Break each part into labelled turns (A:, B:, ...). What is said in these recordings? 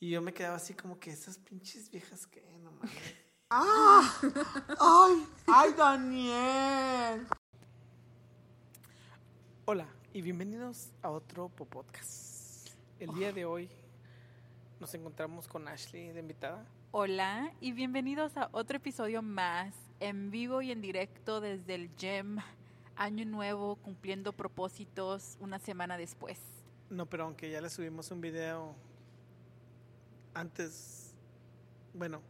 A: Y yo me quedaba así como que esas pinches viejas que, no mames.
B: ¡Ah! ¡Ay! ¡Ay, Daniel!
A: Hola y bienvenidos a otro podcast. El día de hoy nos encontramos con Ashley de invitada.
C: Hola y bienvenidos a otro episodio más en vivo y en directo desde el gym. Año nuevo, cumpliendo propósitos una semana después.
A: No, pero aunque ya le subimos un video antes, bueno,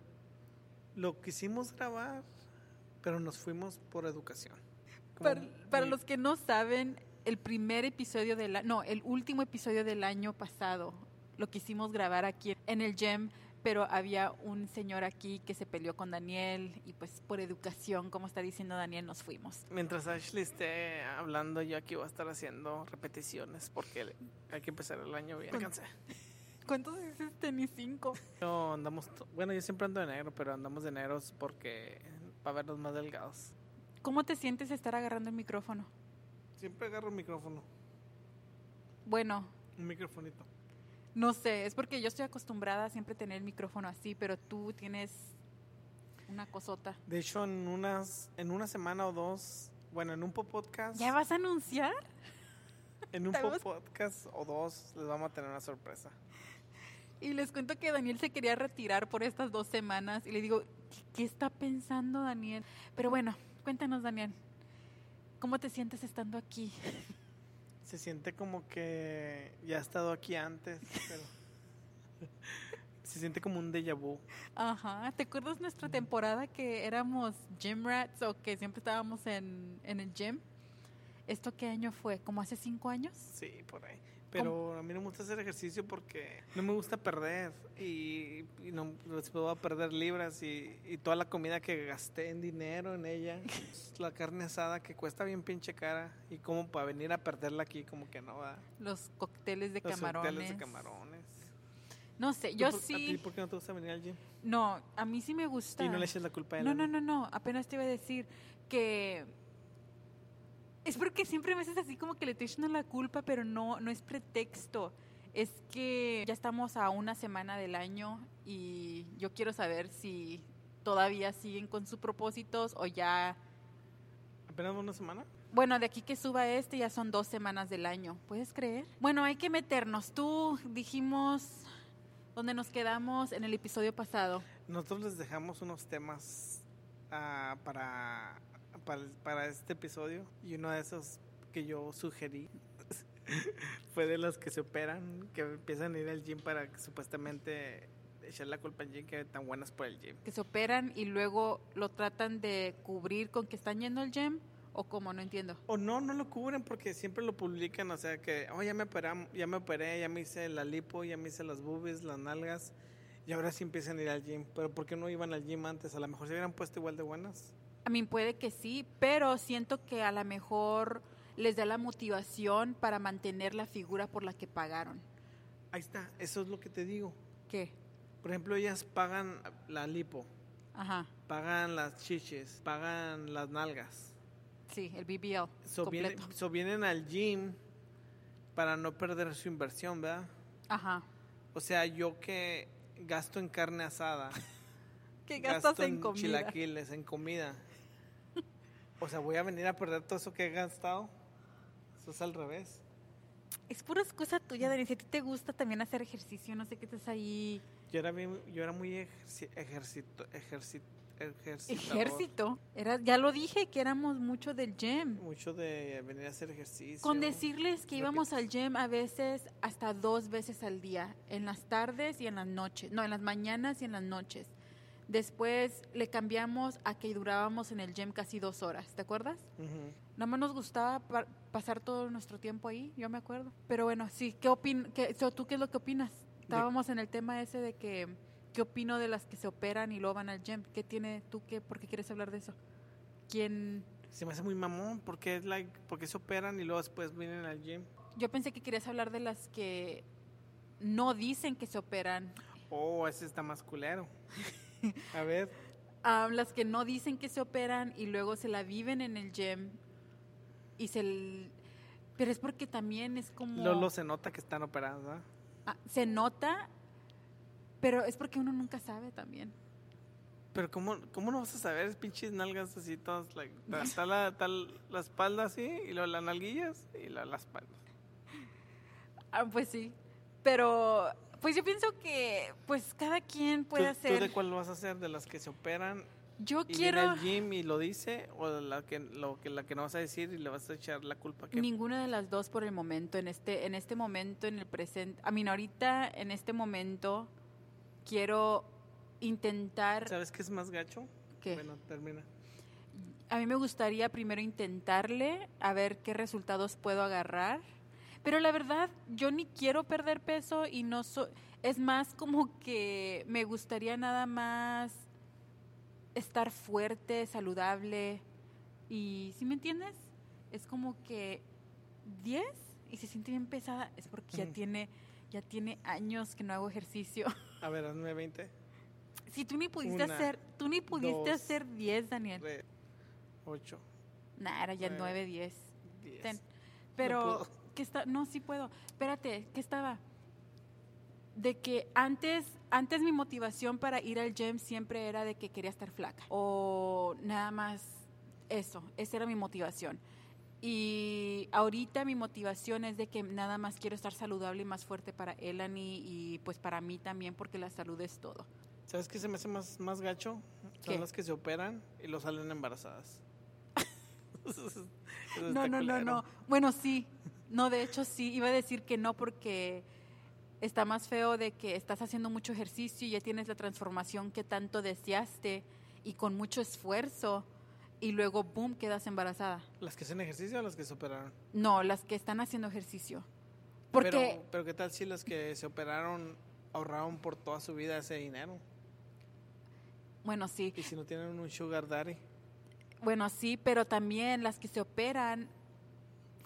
A: lo quisimos grabar, pero nos fuimos por educación. Como
C: Para, para
A: muy-
C: los que no saben, el primer episodio del a- no, el último episodio del año pasado lo quisimos grabar aquí en el gym, pero había un señor aquí que se peleó con Daniel y pues por educación, como está diciendo Daniel, nos fuimos.
A: Mientras Ashley esté hablando, yo aquí voy a estar haciendo repeticiones porque hay que empezar el año bien.
C: Con-
A: Cansé.
C: ¿Cuántos hiciste? Ni cinco.
A: Yo andamos, to- bueno, yo siempre ando de negro, pero andamos de negros porque para vernos más delgados.
C: ¿Cómo te sientes estar agarrando el micrófono?
A: Siempre agarro un micrófono,
C: Bueno,
A: un microfonito.
C: no sé, es porque yo estoy acostumbrada a siempre tener el micrófono así, pero tú tienes una cosota.
A: De hecho, en unas, en una semana o dos, bueno, en un po- podcast,
C: ¿Ya vas a anunciar?
A: en un po-
C: Estamos-
A: podcast o dos, les vamos a tener una sorpresa.
C: Y les cuento que Daniel se quería retirar por estas dos semanas y le digo, "¿Qué- ¿qué está pensando Daniel? Pero bueno, cuéntanos Daniel, ¿cómo te sientes estando aquí?
A: Se siente como que ya ha estado aquí antes, pero se siente como un déjà vu.
C: Ajá, ¿te acuerdas nuestra temporada que éramos gym rats o que siempre estábamos en, en el gym? ¿Esto qué año fue? ¿Como hace cinco años?
A: Sí, por ahí. Pero a mí no me gusta hacer ejercicio porque no me gusta perder y, y no pues, me voy a perder libras y, y toda la comida que gasté en dinero en ella, pues, la carne asada que cuesta bien pinche cara y como para venir a perderla aquí como que no va.
C: Los cócteles de
A: Los
C: camarones.
A: cócteles de camarones.
C: No sé,
A: ¿Tú
C: yo
A: por- ¿A ti
C: sí.
A: por qué no te gusta venir al gym?
C: No, a mí sí me gusta.
A: Y no le eches la culpa a él.
C: no,
A: a
C: no,
A: mí.
C: no, no, apenas te iba a decir que es porque siempre me haces así como que le estoy echando la culpa, pero no no es pretexto. Es que ya estamos a una semana del año y yo quiero saber si todavía siguen con sus propósitos o ya
A: ¿Apenas una semana?
C: bueno, de aquí que suba este ya son dos semanas del año, ¿puedes creer? Bueno, hay que meternos. Tú dijimos donde nos quedamos en el episodio pasado.
A: Nosotros les dejamos unos temas ah, para, para, para este episodio y uno de esos que yo sugerí fue de los que se operan, que empiezan a ir al gym para que supuestamente echar la culpa al gym que tan buenas por el gym.
C: que se operan y luego lo tratan de cubrir con que están yendo al gym o como no entiendo.
A: O no, no lo cubren porque siempre lo publican, o sea que, oh, ya me, operam- ya me operé, ya me hice la lipo, ya me hice las boobies, las nalgas y ahora sí empiezan a ir al gym. Pero ¿por qué no iban al gym antes? A lo mejor se hubieran puesto igual de buenas.
C: A mí puede que sí, pero siento que a lo mejor les da la motivación para mantener la figura por la que pagaron.
A: Ahí está, eso es lo que te digo.
C: ¿Qué?
A: Por ejemplo, ellas pagan la lipo,
C: Ajá.
A: pagan las chiches, pagan las nalgas.
C: Sí, el BBL
A: So vienen,
C: completo.
A: so vienen al gym para no perder su inversión, ¿verdad?
C: Ajá.
A: O sea, yo que gasto en carne asada,
C: Que gastas
A: gasto
C: en comida.
A: chilaquiles, en comida. O sea, voy a venir a perder todo eso que he gastado. Eso es al revés.
C: Es pura excusa tuya, Dani. Si a ti te gusta también hacer ejercicio, no sé qué estás ahí.
A: Yo era, bien- yo era muy ejerci- ejercito, ejerci- ejercitador.
C: Ejército. Era, ya lo dije que éramos mucho del gym.
A: Mucho de venir a hacer ejercicio.
C: Con decirles que
A: Lo que
C: íbamos al
A: es.
C: gym a veces hasta dos veces al día, en las tardes y en las noches, no, en las mañanas y en las noches. Después le cambiamos a que durábamos en el gym casi dos horas, ¿te acuerdas?
A: Ujú.
C: Nada más nos gustaba pa- pasar todo nuestro tiempo ahí, yo me acuerdo. Pero bueno, sí, ¿qué opin qué, so, ¿tú qué es lo que opinas? Estábamos en el tema ese de que, ¿qué opino de las que se operan y luego van al gym? ¿Qué tiene tú, qué, por qué quieres hablar de eso? ¿Quién
A: Se me hace muy mamón porque es like, porque se operan y luego después vienen al gym.
C: Yo pensé que querías hablar de las que no dicen que se operan.
A: Oh, ese está más culero. A ver,
C: Ah, las que no dicen que se operan y luego se la viven en el gym y se... l- Pero es porque también es como...
A: Lolo se nota que están operadas, ¿verdad?
C: Ah, se nota, Pero es porque uno nunca sabe también.
A: Pero ¿cómo, cómo no vas a saber? Es pinches nalgas así todas. like, ta- Está la, está la espalda así, y luego las nalguillas y la, la espalda.
C: Ah, pues sí. Pero, pues yo pienso que, pues cada quien puede
A: ¿Tú, ¿Tú de
C: hacer.
A: cuál vas a hacer? ¿De las que se operan
C: Yo
A: y viene
C: quiero
A: al gym y lo dice? ¿O de la que, lo que, la que no vas a decir y le vas a echar la culpa? Que,
C: ninguna de las dos por el momento. En este, en este momento, en el presente. A mí, ahorita, en este momento, quiero intentar.
A: ¿Sabes qué es más gacho?
C: ¿Qué?
A: Bueno, termina.
C: A mí me gustaría primero intentarle, a ver qué resultados puedo agarrar. Pero la verdad, yo ni quiero perder peso y no soy... Es más como que me gustaría nada más estar fuerte, saludable y... ¿Sí me entiendes? Es como que 10 y se siente bien pesada. Es porque ya
A: Ujú.
C: tiene, ya tiene años que no hago ejercicio.
A: A ver, hazme 20.
C: Si tú ni pudiste
A: Una,
C: hacer... Tú ni pudiste
A: dos,
C: hacer 10, Daniel.
A: 8,
C: Nah, era ya
A: nueve,
C: 9, 10.
A: 10.
C: Ten. Pero,
A: puedo.
C: que está, no, sí puedo. Espérate, ¿qué estaba? De que antes, antes mi motivación para ir al gym siempre era de que quería estar flaca. O nada más eso, esa era mi motivación. Y ahorita mi motivación es de que nada más quiero estar saludable y más fuerte para Elani y pues para mí también porque la salud es todo.
A: ¿Sabes qué se me hace más, más gacho? Son
C: ¿Qué?
A: las que se operan y lo salen embarazadas. Eso es- eso
C: No,
A: está
C: no, no,
A: culero.
C: no. Bueno, sí. No, de hecho sí. Iba a decir que no porque está más feo de que estás haciendo mucho ejercicio y ya tienes la transformación que tanto deseaste y con mucho esfuerzo y luego, boom, quedas embarazada.
A: ¿Las que hacen ejercicio o las que se operaron?
C: No, las que están haciendo ejercicio. Porque
A: Pero, pero ¿qué tal si las que se operaron ahorraron por toda su vida ese dinero?
C: Bueno, sí.
A: Y si no tienen un sugar daddy.
C: Bueno, sí, pero también las que se operan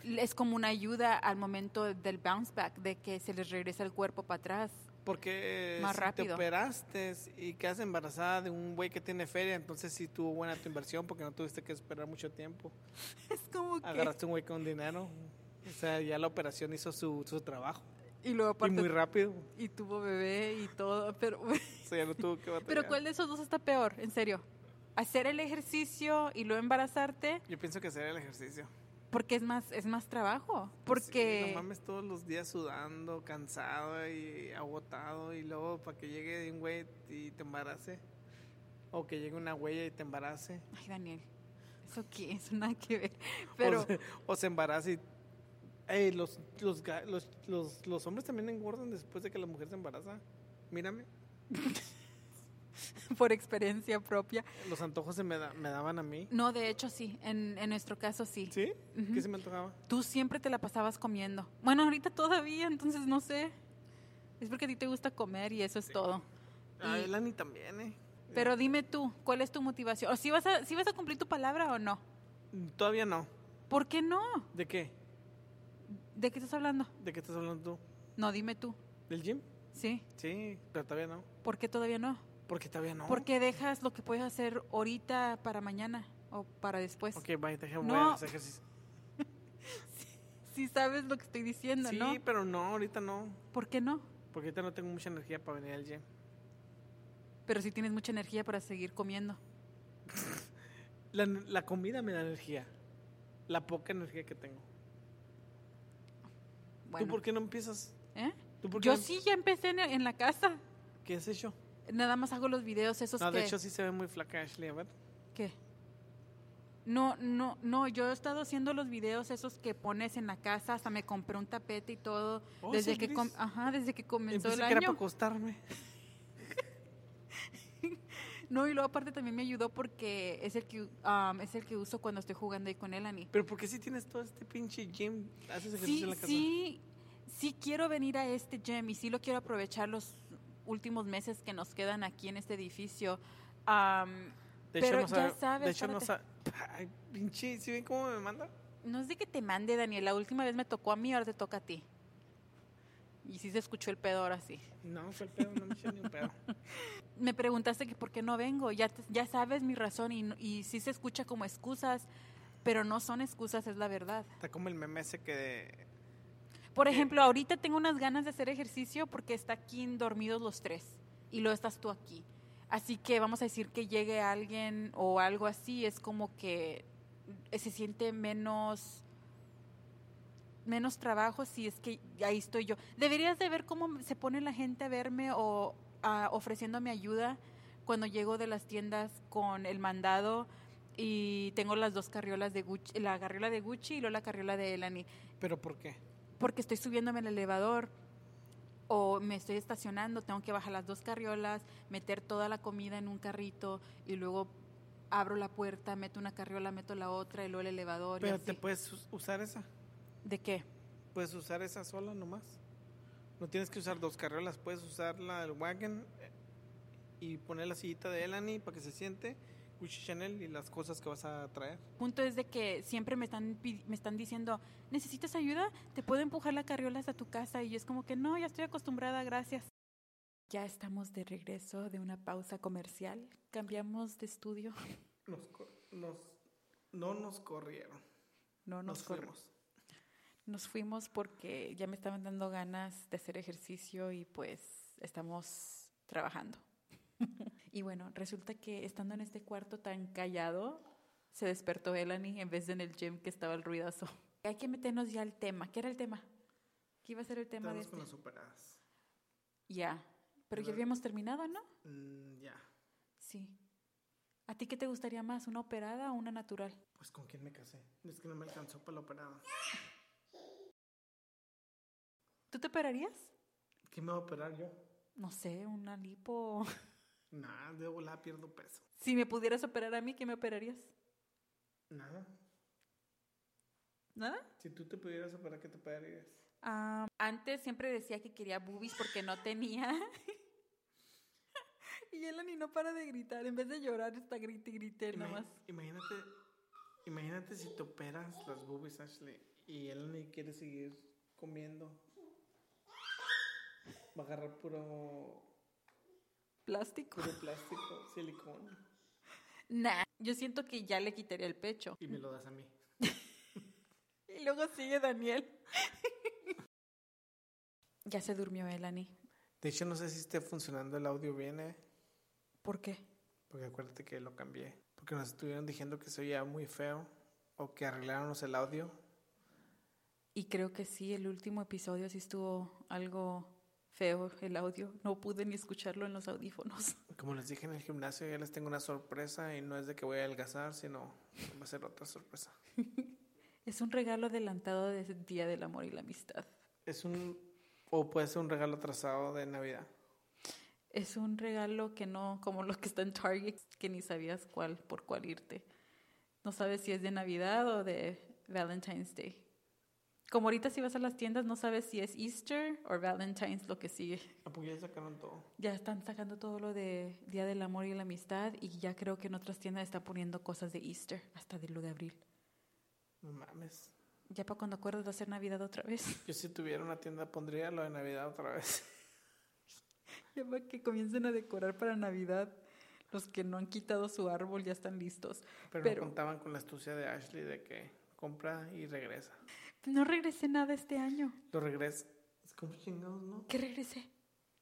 C: es como una ayuda al momento del bounce back, de que se les regresa el cuerpo para atrás.
A: Porque eh,
C: Más
A: si te
C: rápido.
A: operaste y quedas embarazada de un güey que tiene feria, entonces sí tuvo buena tu inversión porque no tuviste que esperar mucho tiempo.
C: Es como que...
A: Agarraste un güey con dinero. O sea, ya la operación hizo su, su trabajo.
C: Y luego
A: Y
C: aparte
A: muy rápido.
C: y tuvo bebé y todo, pero
A: O sea, ya no tuvo que batallar.
C: pero ¿cuál de esos dos está peor? En serio. Hacer el ejercicio y luego embarazarte
A: Yo pienso que hacer el ejercicio.
C: porque es más es más trabajo,
A: Sí,
C: porque
A: no mames todos los días sudando, cansado y agotado. Y luego para que llegue un güey y te embarace. O que llegue una huella y te embarace.
C: ay Daniel, eso qué, eso nada que ver. Pero
A: O se, o se embaraza y. Ey, los, los, ga- los, los, los hombres también engordan después de que la mujer se embaraza. Mírame.
C: por experiencia propia.
A: Los antojos se me, da- me daban a mí.
C: No, de hecho sí, en, en nuestro caso sí.
A: ¿Sí?
C: Ujú.
A: ¿Qué se me antojaba?
C: Tú siempre te la pasabas comiendo. Bueno, ahorita todavía, entonces no sé. Es porque a ti te gusta comer y eso es todo.
A: Ah,
C: Y-
A: el Ani también, ¿eh?
C: Pero dime tú, ¿cuál es tu motivación? ¿O si vas a si vas a cumplir tu palabra o no?
A: Todavía no.
C: ¿Por qué no?
A: ¿De qué?
C: ¿De qué estás hablando?
A: ¿De qué estás hablando tú?
C: No, dime tú.
A: ¿Del gym?
C: Sí.
A: Sí, pero todavía no.
C: ¿Por qué todavía no?
A: ¿Por qué todavía no?
C: ¿Por qué dejas lo que puedes hacer ahorita para mañana o para después?
A: Ok, bye, déjame
C: No.
A: voy a hacer ejercicio.
C: Si sabes lo que estoy diciendo,
A: sí,
C: ¿no?
A: pero no, ahorita no.
C: ¿Por qué no?
A: Porque ahorita no tengo mucha energía para venir al gym.
C: Pero si tienes mucha energía para seguir comiendo.
A: La, la comida me da energía. La poca energía que tengo.
C: Bueno,
A: ¿Tú por qué no empiezas?
C: ¿eh?
A: ¿Tú por qué
C: Yo
A: no-
C: sí ya empecé en, en la casa.
A: ¿Qué has hecho?
C: Nada más hago los videos esos
A: No,
C: que
A: de hecho sí se ve muy flaca Ashley, a ver.
C: ¿Qué? No, no, no, yo he estado haciendo los videos esos que pones en la casa, hasta me compré un tapete y todo
A: Oh,
C: desde
A: sí,
C: que
A: Gris.
C: com- ajá, desde que comenzó
A: Pensé
C: el
A: que era para
C: año.
A: acostarme.
C: No, y luego aparte también me ayudó porque es el que um, es el que uso cuando estoy jugando ahí con Elani.
A: Pero ¿por qué si tienes todo este pinche gym? Haces ejercicio
C: Sí,
A: en la casa.
C: sí, sí quiero venir a este gym y sí lo quiero aprovechar los últimos meses que nos quedan aquí en este edificio. Um,
A: De
C: pero
A: hecho, no
C: ya
A: sabe,
C: sabes,
A: De hecho, no sabe.
C: espérate.
A: Ay, pinche, ¿sí ven cómo me manda?
C: no es de que te mande, Daniel, la última vez me tocó a mí, ahora te toca a ti. Y sí se escuchó el pedo ahora sí.
A: No, fue el pedo, no me eché ni un pedo.
C: me preguntaste que por qué no vengo. Ya, te- ya sabes mi razón y, no- y sí se escucha como excusas, pero no son excusas, es la verdad.
A: Está como el meme ese que.
C: Por
A: Ok.
C: ejemplo, ahorita tengo unas ganas de hacer ejercicio porque está aquí dormidos los tres. y luego estás tú aquí. Así que vamos a decir que llegue alguien o algo así, es como que eh, se siente menos menos trabajo si es que ahí estoy yo. Deberías de ver cómo se pone la gente a verme o a- ofreciéndome ayuda cuando llego de las tiendas con el mandado y tengo las dos carriolas de Gucci, la carriola de Gucci y luego la carriola de Elani
A: ¿Pero por qué?
C: porque estoy subiéndome al elevador o me estoy estacionando, tengo que bajar las dos carriolas, meter toda la comida en un carrito y luego abro la puerta, meto una carriola, meto la otra y luego el elevador. y
A: Pero
C: así.
A: te puedes us- usar esa.
C: ¿De qué?
A: Puedes usar esa sola nomás. No tienes que usar dos carriolas. Puedes usar la del wagon eh, y poner la sillita de Elani para que se siente. Gucci Chanel y las cosas que vas a traer.
C: Punto es de que siempre me están, pi- me están diciendo, ¿necesitas ayuda? ¿Te puedo empujar la carriola hasta tu casa? Y yo es como que no, ya estoy acostumbrada, gracias. Ya estamos de regreso de una pausa comercial. Cambiamos de estudio.
A: Nos, co- nos, no nos corrieron.
C: No nos,
A: Nos
C: corremos.
A: fuimos.
C: Nos fuimos porque ya me estaban dando ganas de hacer ejercicio y pues estamos trabajando. y bueno, resulta que estando en este cuarto tan callado, se despertó Elani en vez de en el gym que estaba el ruidazo. Hay que meternos ya al tema. ¿Qué era el tema? ¿Qué iba a ser el tema
A: Estamos
C: de
A: con las
C: este?
A: operadas.
C: Ya. Pero ya
A: Pero-
C: habíamos terminado, ¿no?
A: Mm, ya.
C: Sí. ¿A ti qué te gustaría más, una operada o una natural?
A: Pues con quién me casé. Es que no me alcanzó para la operada.
C: ¿Tú te operarías?
A: ¿Quién me va a operar yo?
C: No sé, una lipo.
A: Nada, de volada pierdo peso.
C: si me pudieras operar a mí, ¿qué me operarías?
A: Nada.
C: ¿Nada?
A: Si tú te pudieras operar, ¿qué te operarías?
C: Am, antes siempre decía que quería boobies porque no tenía. y Elani no para de gritar. En vez de llorar, está grite y grite
A: Ima-
C: nomás.
A: Imagínate, imagínate si te operas las boobies, Ashley, y él ni quiere seguir comiendo. Va a agarrar puro,
C: Plástico.
A: puro plástico, silicón,
C: Nah. Yo siento que ya le quitaría el pecho.
A: y me lo das a mí.
C: Y luego sigue Daniel. ya se durmió Elani.
A: De hecho, no sé si esté funcionando el audio bien, ¿eh?
C: ¿Por qué?
A: Porque acuérdate que lo cambié. Porque nos estuvieron diciendo que se oía muy feo o que arregláramos el audio.
C: Y creo que sí, el último episodio sí estuvo algo feo el audio. No pude ni escucharlo en los audífonos.
A: Como les dije en el gimnasio, ya les tengo una sorpresa y no es de que voy a adelgazar, sino va a ser otra sorpresa.
C: Es un regalo adelantado de ese Día del Amor y la Amistad.
A: Es un. O puede ser un regalo atrasado de Navidad.
C: Es un regalo que no, como los que está en Target, que ni sabías cuál, por cuál irte. No sabes si es de Navidad o de Valentine's Day. Como ahorita si vas a las tiendas, no sabes si es Easter o Valentine's lo que sigue.
A: Ah, porque ya sacaron todo.
C: Ya están sacando todo lo de Día del Amor y la Amistad y ya creo que en otras tiendas están poniendo cosas de Easter hasta de lo de abril.
A: No mames.
C: Ya para cuando acuerdas va a ser Navidad otra vez.
A: Yo si tuviera una tienda pondría lo de Navidad otra vez.
C: Ya para que comiencen a decorar para Navidad. Los que no han quitado su árbol ya están listos.
A: Pero,
C: Pero-
A: no contaban con la astucia de Ashley de que compra y regresa.
C: No regresé nada este año.
A: Lo regresa. Es como chingados, ¿no?
C: ¿Qué regresé?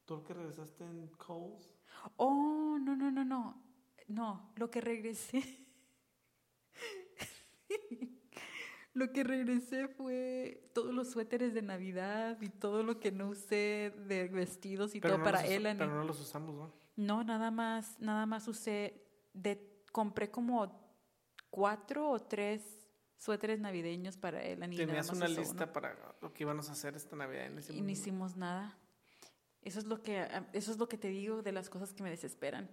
A: Tú lo que regresaste en Coles.
C: Oh, no, no, no, no. No, lo que regresé. lo que regresé fue todos los suéteres de Navidad y todo lo que no usé de vestidos y todo
A: no
C: para
A: los usa-
C: él.
A: Pero no los usamos, ¿no?
C: No, nada más, nada más usé de compré como cuatro o tres suéteres navideños para él.
A: Tenías una lista para lo que íbamos a hacer esta Navidad. y no
C: y
A: hicimos
C: no
A: nada.
C: hicimos nada. Eso es lo que a- eso es lo que te digo de las cosas que me desesperan.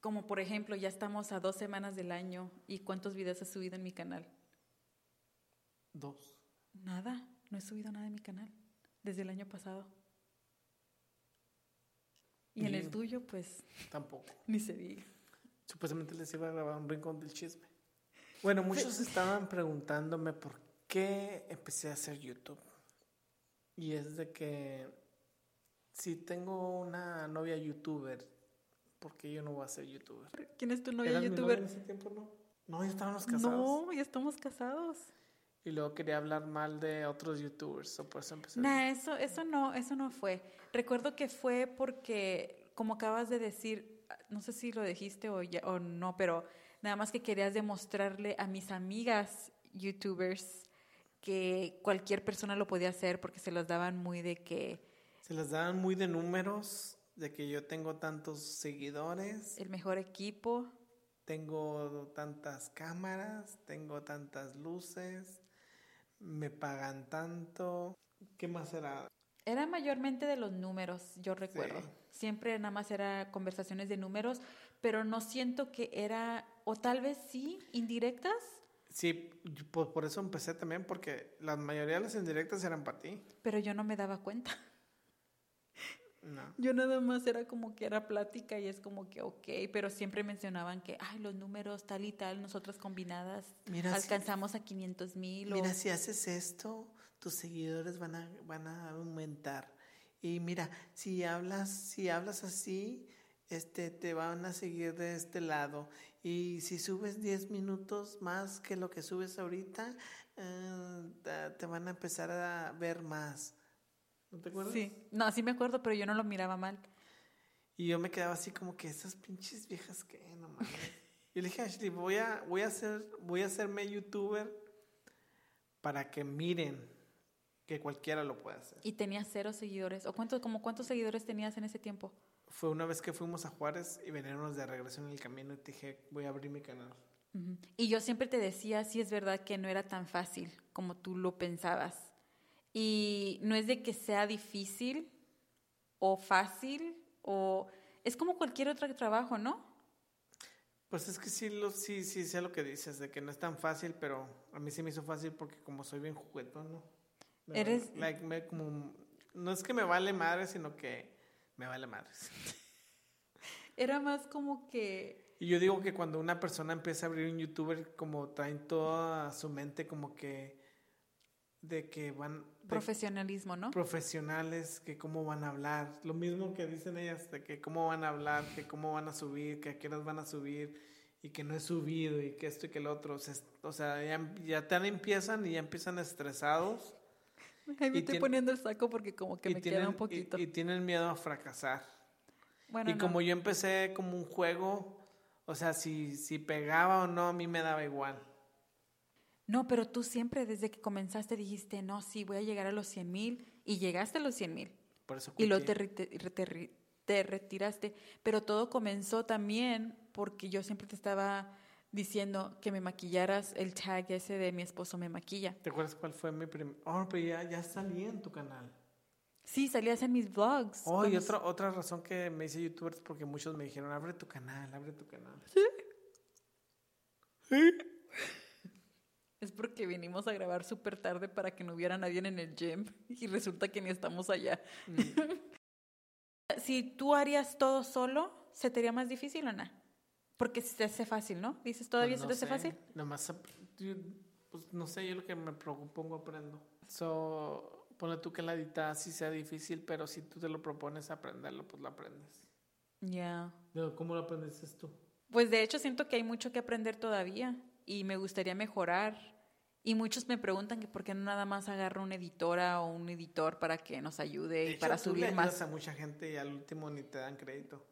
C: Como por ejemplo, ya estamos a dos semanas del año y cuántos videos has subido en mi canal.
A: Dos.
C: Nada, no he subido nada en mi canal desde el año pasado. Y en el
A: Bien.
C: tuyo, pues
A: Tampoco.
C: ni se diga.
A: Supuestamente les iba a grabar un rincón del chisme. Bueno, muchos estaban preguntándome por qué empecé a hacer YouTube. Y es de que si tengo una novia youtuber, ¿por qué yo no voy a ser youtuber?
C: ¿Quién es tu novia
A: ¿Eras mi novia en
C: youtuber?
A: ese tiempo, no? No, ya estábamos casados.
C: No, ya estamos casados.
A: Y luego quería hablar mal de otros youtubers, o por eso empecé.
C: Nah, eso, eso no, eso no fue. Recuerdo que fue porque, como acabas de decir, no sé si lo dijiste o, ya- o no, pero nada más que querías demostrarle a mis amigas youtubers que cualquier persona lo podía hacer porque se los daban muy de que
A: Se las daban muy de números, de que yo tengo tantos seguidores,
C: el mejor equipo.
A: tengo tantas cámaras, tengo tantas luces, me pagan tanto. ¿Qué más era?
C: Era mayormente de los números, yo recuerdo.
A: Sí.
C: Siempre nada más era conversaciones de números, pero no siento que era, o tal vez sí, indirectas.
A: Sí, yo por, por eso empecé también, porque la mayoría de las indirectas eran para ti.
C: pero yo no me daba cuenta.
A: No.
C: Yo nada más era como que era plática y es como que ok, pero siempre mencionaban que, ay, los números tal y tal, nosotras combinadas
A: Mira si-
C: alcanzamos a 500 mil. o-
A: Mira, si haces esto, tus seguidores van a, van a aumentar. Y mira, si hablas, si hablas así, este, te van a seguir de este lado. Y si subes 10 minutos más que lo que subes ahorita, eh, ta- te van a empezar a ver más. ¿No te acuerdas?
C: Sí, no, sí me acuerdo, pero yo no lo miraba mal.
A: Y yo me quedaba así como que esas pinches viejas que no mames. Yo le dije a Ashley, voy a, voy a hacer, voy a hacerme youtuber para que miren que cualquiera lo puede hacer.
C: Y tenía cero seguidores. ¿O cuántos, como cuántos seguidores tenías en ese tiempo?
A: Fue una vez que fuimos a Juárez y veníamos de regreso en el camino y te dije, voy a abrir mi canal.
C: Ujú. Y yo siempre te decía, sí es verdad que no era tan fácil como tú lo pensabas. Y no es de que sea difícil o fácil o... Es como cualquier otro trabajo, ¿no?
A: Pues es que sí, lo, sí, sí sé lo que dices, de que no es tan fácil, pero a mí se me hizo fácil porque como soy bien juguetón, ¿no? Me
C: Eres-
A: vale- like, me como, no es que me vale madre, sino que me vale madres.
C: Era más como que...
A: Y yo digo que cuando una persona empieza a abrir un youtuber, como traen toda su mente como que de que van de
C: Profesionalismo, ¿no?
A: profesionales, que cómo van a hablar, lo mismo que dicen ellas, de que cómo van a hablar, que cómo van a subir, que a qué horas van a subir y que no he subido y que esto y que el otro. O sea, es- O sea, ya, ya tan empiezan y ya empiezan estresados
C: Ahí
A: y
C: me estoy
A: tiene-
C: poniendo el saco porque como que
A: y,
C: me
A: tienen,
C: queda un
A: y-
C: poquito.
A: Y, tienen miedo a fracasar.
C: bueno,
A: y
C: no.
A: como yo empecé como un juego, o sea, si, si pegaba o no, a mí me daba igual.
C: No, pero tú siempre desde que comenzaste dijiste, no, sí, voy a llegar a los 100 mil y llegaste a los 100 mil.
A: Por eso
C: y luego
A: cuité.
C: te, rete- y rete- ri- te retiraste. Pero todo comenzó también porque yo siempre te estaba diciendo que me maquillaras el tag ese de mi esposo me maquilla.
A: ¿Te acuerdas cuál fue mi primer? Oh, pero ya, ya salí en tu canal.
C: Sí, salías en mis vlogs.
A: Oh, y
C: cuando-
A: otra, otra razón que me hice youtuber es porque muchos me dijeron, abre tu canal, abre tu canal.
C: Es porque vinimos a grabar súper tarde para que no hubiera nadie en el gym y resulta que ni estamos allá.
A: Mm,
C: si tú harías todo solo, ¿se te haría más difícil o no? Porque se te hace fácil, ¿no? Dices, ¿todavía
A: Pues
C: se
A: no
C: te hace
A: sé,
C: fácil?
A: Nomás, ap- yo- pues no sé, yo lo que me propongo aprendo. So, pone tú que la editada sí sea difícil, pero si tú te lo propones aprenderlo, pues lo aprendes.
C: Ya.
A: No, ¿Cómo lo aprendiste tú?
C: Pues de hecho siento que hay mucho que aprender todavía y me gustaría mejorar. Y muchos me preguntan que por qué no nada más agarro una editora o un editor para que nos ayude
A: De
C: y
A: hecho,
C: para
A: tú le
C: subir
A: ayudas
C: más.
A: a mucha gente y al último ni te dan crédito.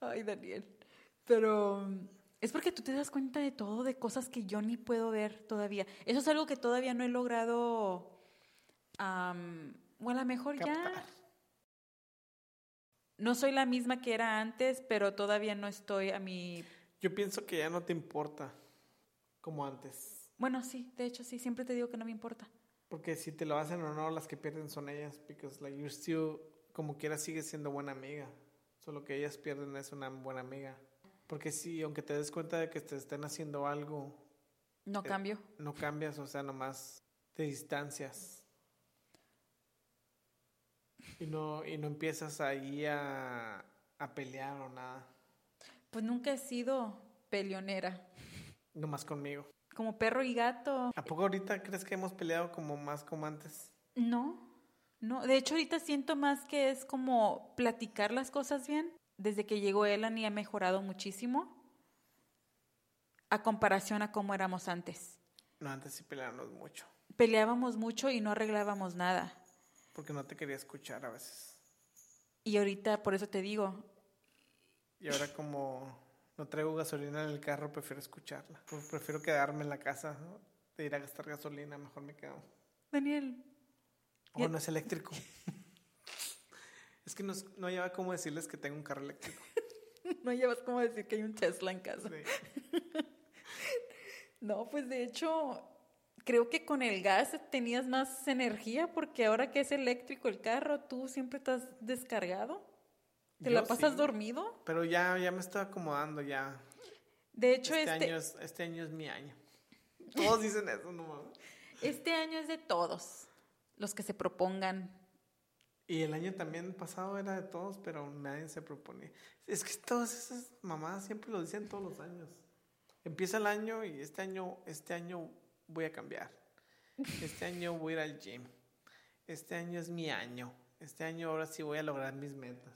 C: Ay, Daniel. Pero mm, es porque tú te das cuenta de todo, de cosas que yo ni puedo ver todavía. Eso es algo que todavía no he logrado. am, bueno, a lo mejor ya.
A: Captar.
C: No soy la misma que era antes, pero todavía no estoy a mi.
A: Yo pienso que ya no te importa como antes.
C: Bueno, sí, de hecho sí, siempre te digo que no me importa.
A: Porque si te lo hacen o no, las que pierden son ellas. Because like you're still, como quiera, sigues siendo buena amiga. Solo que ellas pierden es una buena amiga. Porque si, aunque te des cuenta de que te están haciendo algo,
C: No
A: Eh,
C: cambio.
A: no cambias, o sea, nomás te distancias. Y no, y no empiezas ahí a, a pelear o nada.
C: Pues nunca he sido peleonera.
A: Nomás conmigo.
C: Como perro y gato.
A: ¿A poco ahorita crees que hemos peleado como más como antes?
C: No, no. De hecho, ahorita siento más que es como platicar las cosas bien. Desde que llegó Elan y ha mejorado muchísimo a comparación a cómo éramos antes.
A: No, antes sí peleábamos mucho.
C: Peleábamos mucho y no arreglábamos nada.
A: Porque no te quería escuchar a veces.
C: Y ahorita, por eso te digo,
A: Y ahora como no traigo gasolina en el carro, prefiero escucharla. Pues prefiero quedarme en la casa ¿no? de ir a gastar gasolina, mejor me quedo.
C: Daniel,
A: Oh,
C: Ya-
A: no es eléctrico. es que no, es- no lleva cómo decirles que tengo un carro eléctrico.
C: no llevas como decir que hay un Tesla en casa.
A: Sí.
C: No, pues de hecho, creo que con el gas tenías más energía porque ahora que es eléctrico el carro, tú siempre estás descargado. ¿Te la
A: Yo
C: pasas
A: sí,
C: dormido?
A: Pero ya, ya me estoy acomodando, ya.
C: De hecho,
A: Este,
C: este,
A: año es, este año es mi año. Todos dicen eso, no mames.
C: este año es de todos los que se propongan.
A: Y el año también pasado era de todos, pero nadie se proponía. Es que todas esas mamás siempre lo dicen todos los años. Empieza el año y este año, este año voy a cambiar. Este año voy a ir al gym. Este año es mi año. Este año ahora sí voy a lograr mis metas.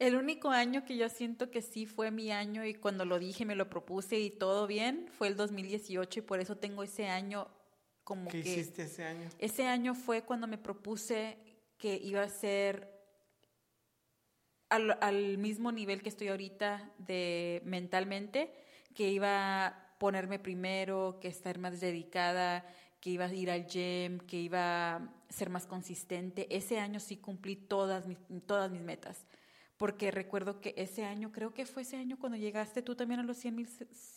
C: El único año que yo siento que sí fue mi año y cuando lo dije, me lo propuse y todo bien, fue el 2018 y por eso tengo ese año como
A: ¿Qué
C: que...
A: hiciste ese año?
C: Ese año fue cuando me propuse que iba a ser al, al mismo nivel que estoy ahorita de mentalmente, que iba a ponerme primero, que estar más dedicada, que iba a ir al gym, que iba a ser más consistente. Ese año sí cumplí todas mis, todas mis metas. Porque recuerdo que ese año, creo que fue ese año cuando llegaste tú también a los 100 mil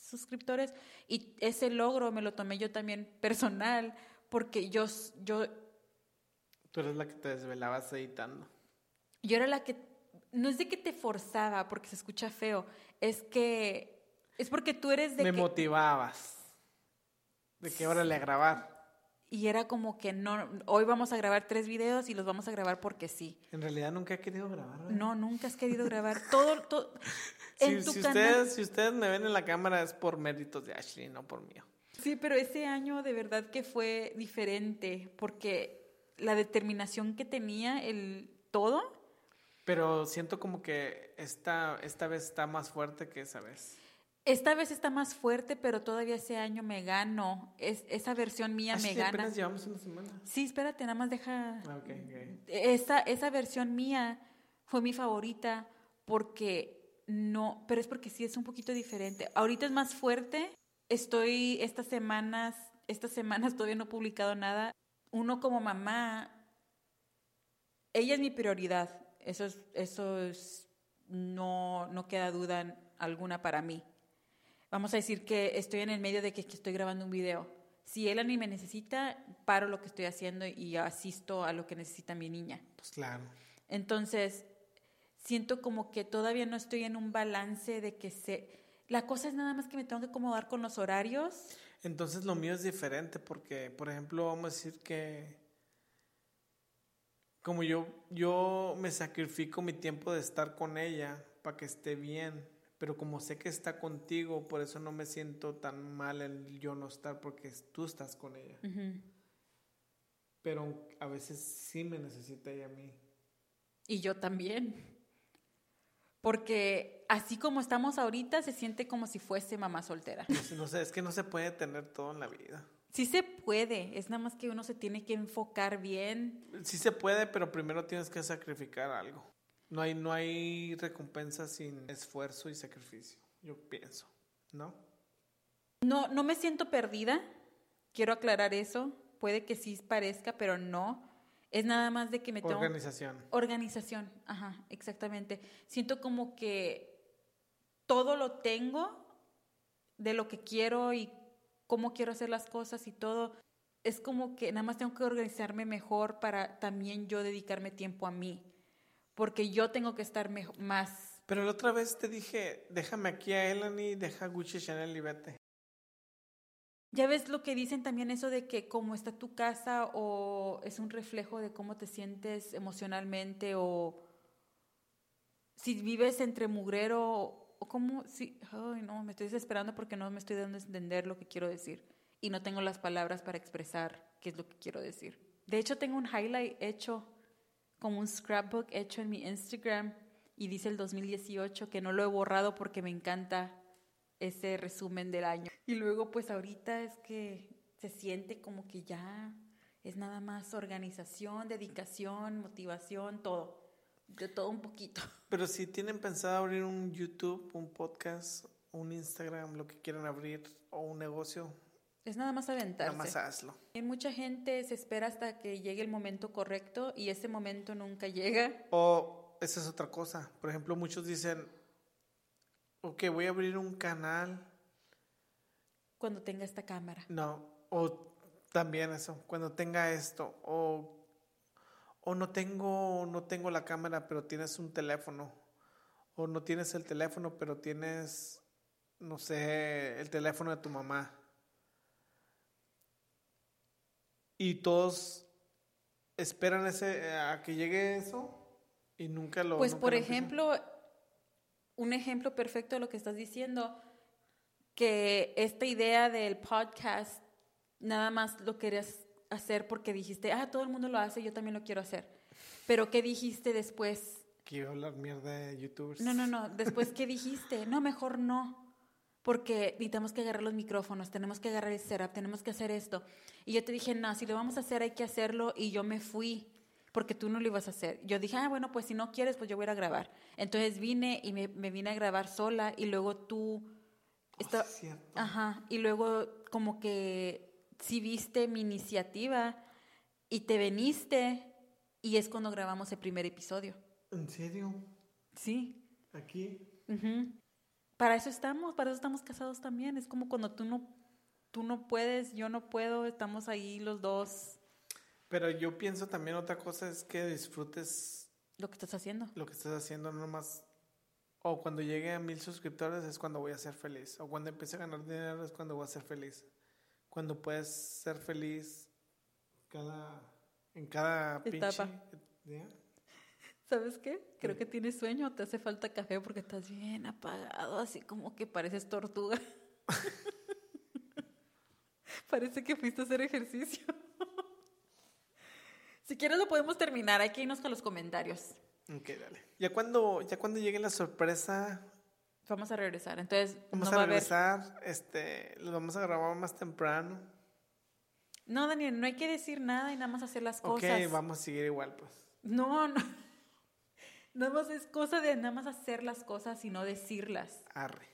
C: suscriptores y ese logro me lo tomé yo también personal porque yo, s- yo,
A: Tú eres la que te desvelabas editando.
C: yo era la que, no es de que te forzaba porque se escucha feo, es que, es porque tú eres de
A: Me
C: que,
A: motivabas. ¿De qué hora le grabar?
C: y era como que no, hoy vamos a grabar tres videos y los vamos a grabar porque sí.
A: En realidad nunca he querido grabar. ¿verdad?
C: No, nunca has querido grabar todo, todo
A: Si,
C: en tu
A: si
C: canal.
A: ustedes, si ustedes me ven en la cámara es por méritos de Ashley, no por mío.
C: Sí, pero ese año de verdad que fue diferente porque la determinación que tenía el todo,
A: Pero siento como que esta, esta vez está más fuerte que esa vez.
C: esta vez está más fuerte, pero todavía ese año me gano, es, esa versión mía
A: Ashley,
C: me
A: Ah,
C: gana.
A: apenas llevamos una semana.
C: Sí, espérate, nada más deja.
A: Ah, ok, ok.
C: Esa, esa versión mía fue mi favorita porque no, pero es porque sí es un poquito diferente. Ahorita es más fuerte. Estoy estas semanas, estas semanas todavía no he publicado nada. Uno como mamá, ella es mi prioridad. Eso es, eso es- no, no queda duda alguna para mí. Vamos a decir que estoy en el medio de que, que estoy grabando un video. Si él ni me necesita, paro lo que estoy haciendo y asisto a lo que necesita mi niña.
A: Pues claro.
C: Entonces, siento como que todavía no estoy en un balance de que se... La cosa es nada más que me tengo que acomodar con los horarios.
A: Entonces lo mío es diferente porque, por ejemplo, vamos a decir que como yo, yo me sacrifico mi tiempo de estar con ella para que esté bien, pero como sé que está contigo, por eso no me siento tan mal el yo no estar porque tú estás con ella. Pero a veces sí me necesita ella a mí.
C: Y yo también. Porque así como estamos ahorita, se siente como si fuese mamá soltera.
A: No sé, no sé, es que no se puede tener todo en la vida.
C: Sí se puede, es nada más que uno se tiene que enfocar bien.
A: Sí se puede, pero primero tienes que sacrificar algo. No hay, no hay recompensa sin esfuerzo y sacrificio, yo pienso, ¿no?
C: No, no me siento perdida. Quiero aclarar eso. Puede que sí parezca, pero no. Es nada más de que me tengo
A: Organización.
C: Organización, ajá, exactamente. Siento como que todo lo tengo de lo que quiero y cómo quiero hacer las cosas y todo. Es como que nada más tengo que organizarme mejor para también yo dedicarme tiempo a mí, porque yo tengo que estar mejo- más.
A: Pero la otra vez te dije, déjame aquí a Elani, deja a Gucci Chanel y vete.
C: Ya ves lo que dicen también eso de que cómo está tu casa o es un reflejo de cómo te sientes emocionalmente o si vives entre mugrero o, o cómo si ay no, me estoy desesperando porque no me estoy dando a entender lo que quiero decir y no tengo las palabras para expresar qué es lo que quiero decir. De hecho tengo un highlight hecho como un scrapbook hecho en mi Instagram y dice el 2018 que no lo he borrado porque me encanta ese resumen del año. Y luego, pues ahorita es que se siente como que ya es nada más organización, dedicación, motivación, todo. De todo un poquito.
A: Pero si tienen pensado abrir un YouTube, un podcast, un Instagram, lo que quieran abrir, o un negocio,
C: Es nada más
A: nada
C: aventarse.
A: más hazlo.
C: En mucha gente se espera hasta que llegue el momento correcto y ese momento nunca llega.
A: O esa es otra cosa. Por ejemplo, muchos dicen, ok, voy a abrir un canal.
C: Cuando tenga esta cámara.
A: No, o también eso, cuando tenga esto, o, o no, tengo, no tengo la cámara, pero tienes un teléfono, o no tienes el teléfono, pero tienes, no sé, el teléfono de tu mamá. Y todos esperan ese, a que llegue eso y nunca lo...
C: Pues
A: nunca
C: por
A: lo empiezan.
C: ejemplo, un ejemplo perfecto de lo que estás diciendo, que esta idea del podcast nada más lo querías hacer porque dijiste, ah, todo el mundo lo hace, yo también lo quiero hacer. Pero ¿qué dijiste después?
A: Que iba a hablar mierda de youtubers.
C: No, no, no, después ¿qué dijiste? No, mejor no. Porque necesitamos que agarrar los micrófonos, tenemos que agarrar el setup, tenemos que hacer esto. Y yo te dije, no, si lo vamos a hacer hay que hacerlo y yo me fui porque tú no lo ibas a hacer. Yo dije, ah, bueno, pues si no quieres, pues yo voy a ir a grabar. Entonces vine y me, me vine a grabar sola y luego tú...
A: Oh,
C: esta-
A: sí es cierto.
C: Ajá, y luego como que si viste mi iniciativa y te veniste y es cuando grabamos el primer episodio.
A: ¿En serio?
C: Sí,
A: ¿Aquí?
C: Ujú. Para eso estamos, para eso estamos casados también. Es como cuando tú no, tú no puedes, yo no puedo, estamos ahí los dos,
A: Pero yo pienso también otra cosa es que disfrutes
C: lo que estás haciendo.
A: lo que estás haciendo, no nomás. O cuando llegue a mil suscriptores es cuando voy a ser feliz. O cuando empiece a ganar dinero es cuando voy a ser feliz. Cuando puedes ser feliz cada, en cada
C: Etapa.
A: pinche día.
C: ¿Sabes qué? Creo que tienes sueño, te hace falta café porque estás bien apagado, así como que pareces tortuga. Parece que fuiste a hacer ejercicio. si quieres lo podemos terminar, hay que irnos con los comentarios.
A: Ok, dale. Ya cuando, ya cuando llegue la sorpresa,
C: Vamos a regresar, entonces
A: vamos
C: no va
A: a
C: a haber...
A: regresar. Este, lo vamos a grabar más temprano.
C: No, Daniel, no hay que decir nada y nada más hacer las
A: Ok,
C: cosas.
A: vamos a seguir igual, pues.
C: No, no. Nada más es cosa de nada más hacer las cosas y no decirlas.
A: Arre.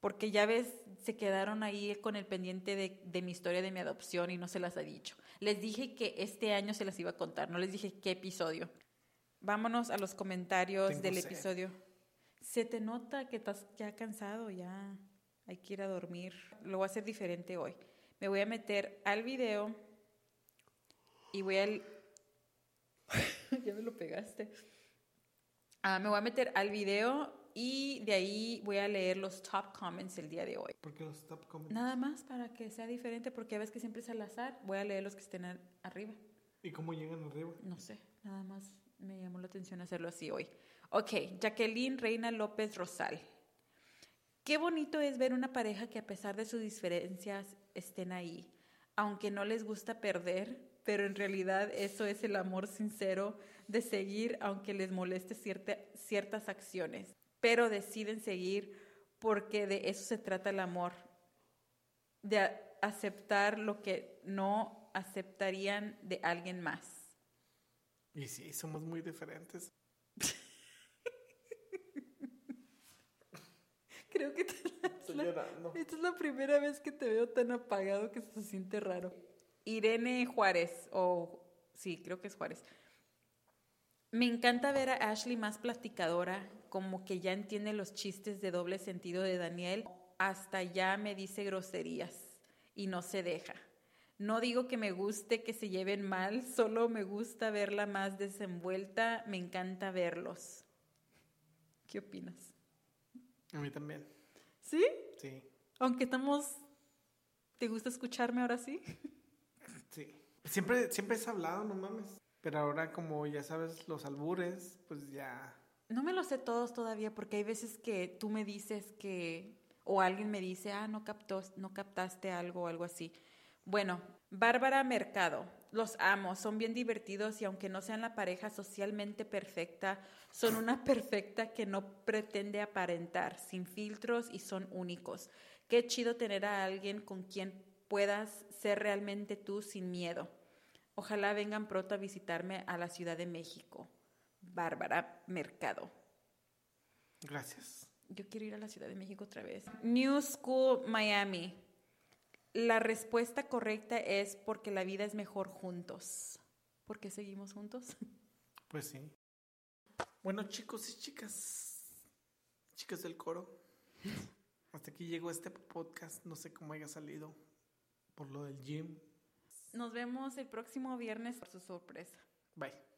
C: Porque ya ves, se quedaron ahí con el pendiente de, de mi historia de mi adopción y no se las ha dicho. Les dije que este año se las iba a contar, no les dije qué episodio. Vámonos a los comentarios
A: Tengo
C: del
A: sed.
C: episodio. Se te nota que estás ya cansado, ya hay que ir a dormir. Lo voy a hacer diferente hoy. Me voy a meter al video y voy al... ya me lo pegaste. Ah, me voy a meter al video y de ahí voy a leer los top comments el día de hoy.
A: Porque los top comments.
C: Nada más para que sea diferente, porque ya ves que siempre es al azar. Voy a leer los que estén al- arriba.
A: ¿Y cómo llegan arriba?
C: No sé, nada más me llamó la atención hacerlo así hoy. Ok, Jacqueline Reina López Rosal. Qué bonito es ver una pareja que a pesar de sus diferencias estén ahí, aunque no les gusta perder, pero en realidad eso es el amor sincero de seguir, aunque les moleste cierta- ciertas acciones, pero deciden seguir porque de eso se trata el amor, de a- aceptar lo que no aceptarían de alguien más.
A: Y sí, somos muy diferentes.
C: Creo que te-
A: Estoy
C: la-
A: llorando.
C: esta es la primera vez que te veo tan apagado que se siente raro. Irene Juárez, o sí, creo que es Juárez. Me encanta ver a Ashley más platicadora, como que ya entiende los chistes de doble sentido de Daniel, hasta ya me dice groserías y no se deja. No digo que me guste que se lleven mal, solo me gusta verla más desenvuelta, me encanta verlos. ¿Qué opinas?
A: A mí también.
C: ¿Sí?
A: Sí,
C: Aunque estamos... ¿Te gusta escucharme ahora sí?
A: sí. Siempre, siempre has hablado, no mames. Pero ahora como ya sabes los albures, pues ya...
C: No me lo sé todos todavía porque hay veces que tú me dices que... O alguien me dice, ah, no, captó, no captaste algo o algo así. Bueno, Bárbara Mercado. Los amo, son bien divertidos y aunque no sean la pareja socialmente perfecta, son una perfecta que no pretende aparentar, sin filtros y son únicos. Qué chido tener a alguien con quien puedas ser realmente tú sin miedo. Ojalá vengan pronto a visitarme a la Ciudad de México. Bárbara Mercado.
A: Gracias.
C: Yo quiero ir a la Ciudad de México otra vez. New School Miami. La respuesta correcta es porque la vida es mejor juntos. ¿Por qué seguimos juntos?
A: Pues sí. Bueno, chicos y chicas, chicas del coro, hasta aquí llegó este podcast. No sé cómo haya salido por lo del gym.
C: Nos vemos el próximo viernes por su sorpresa.
A: Bye.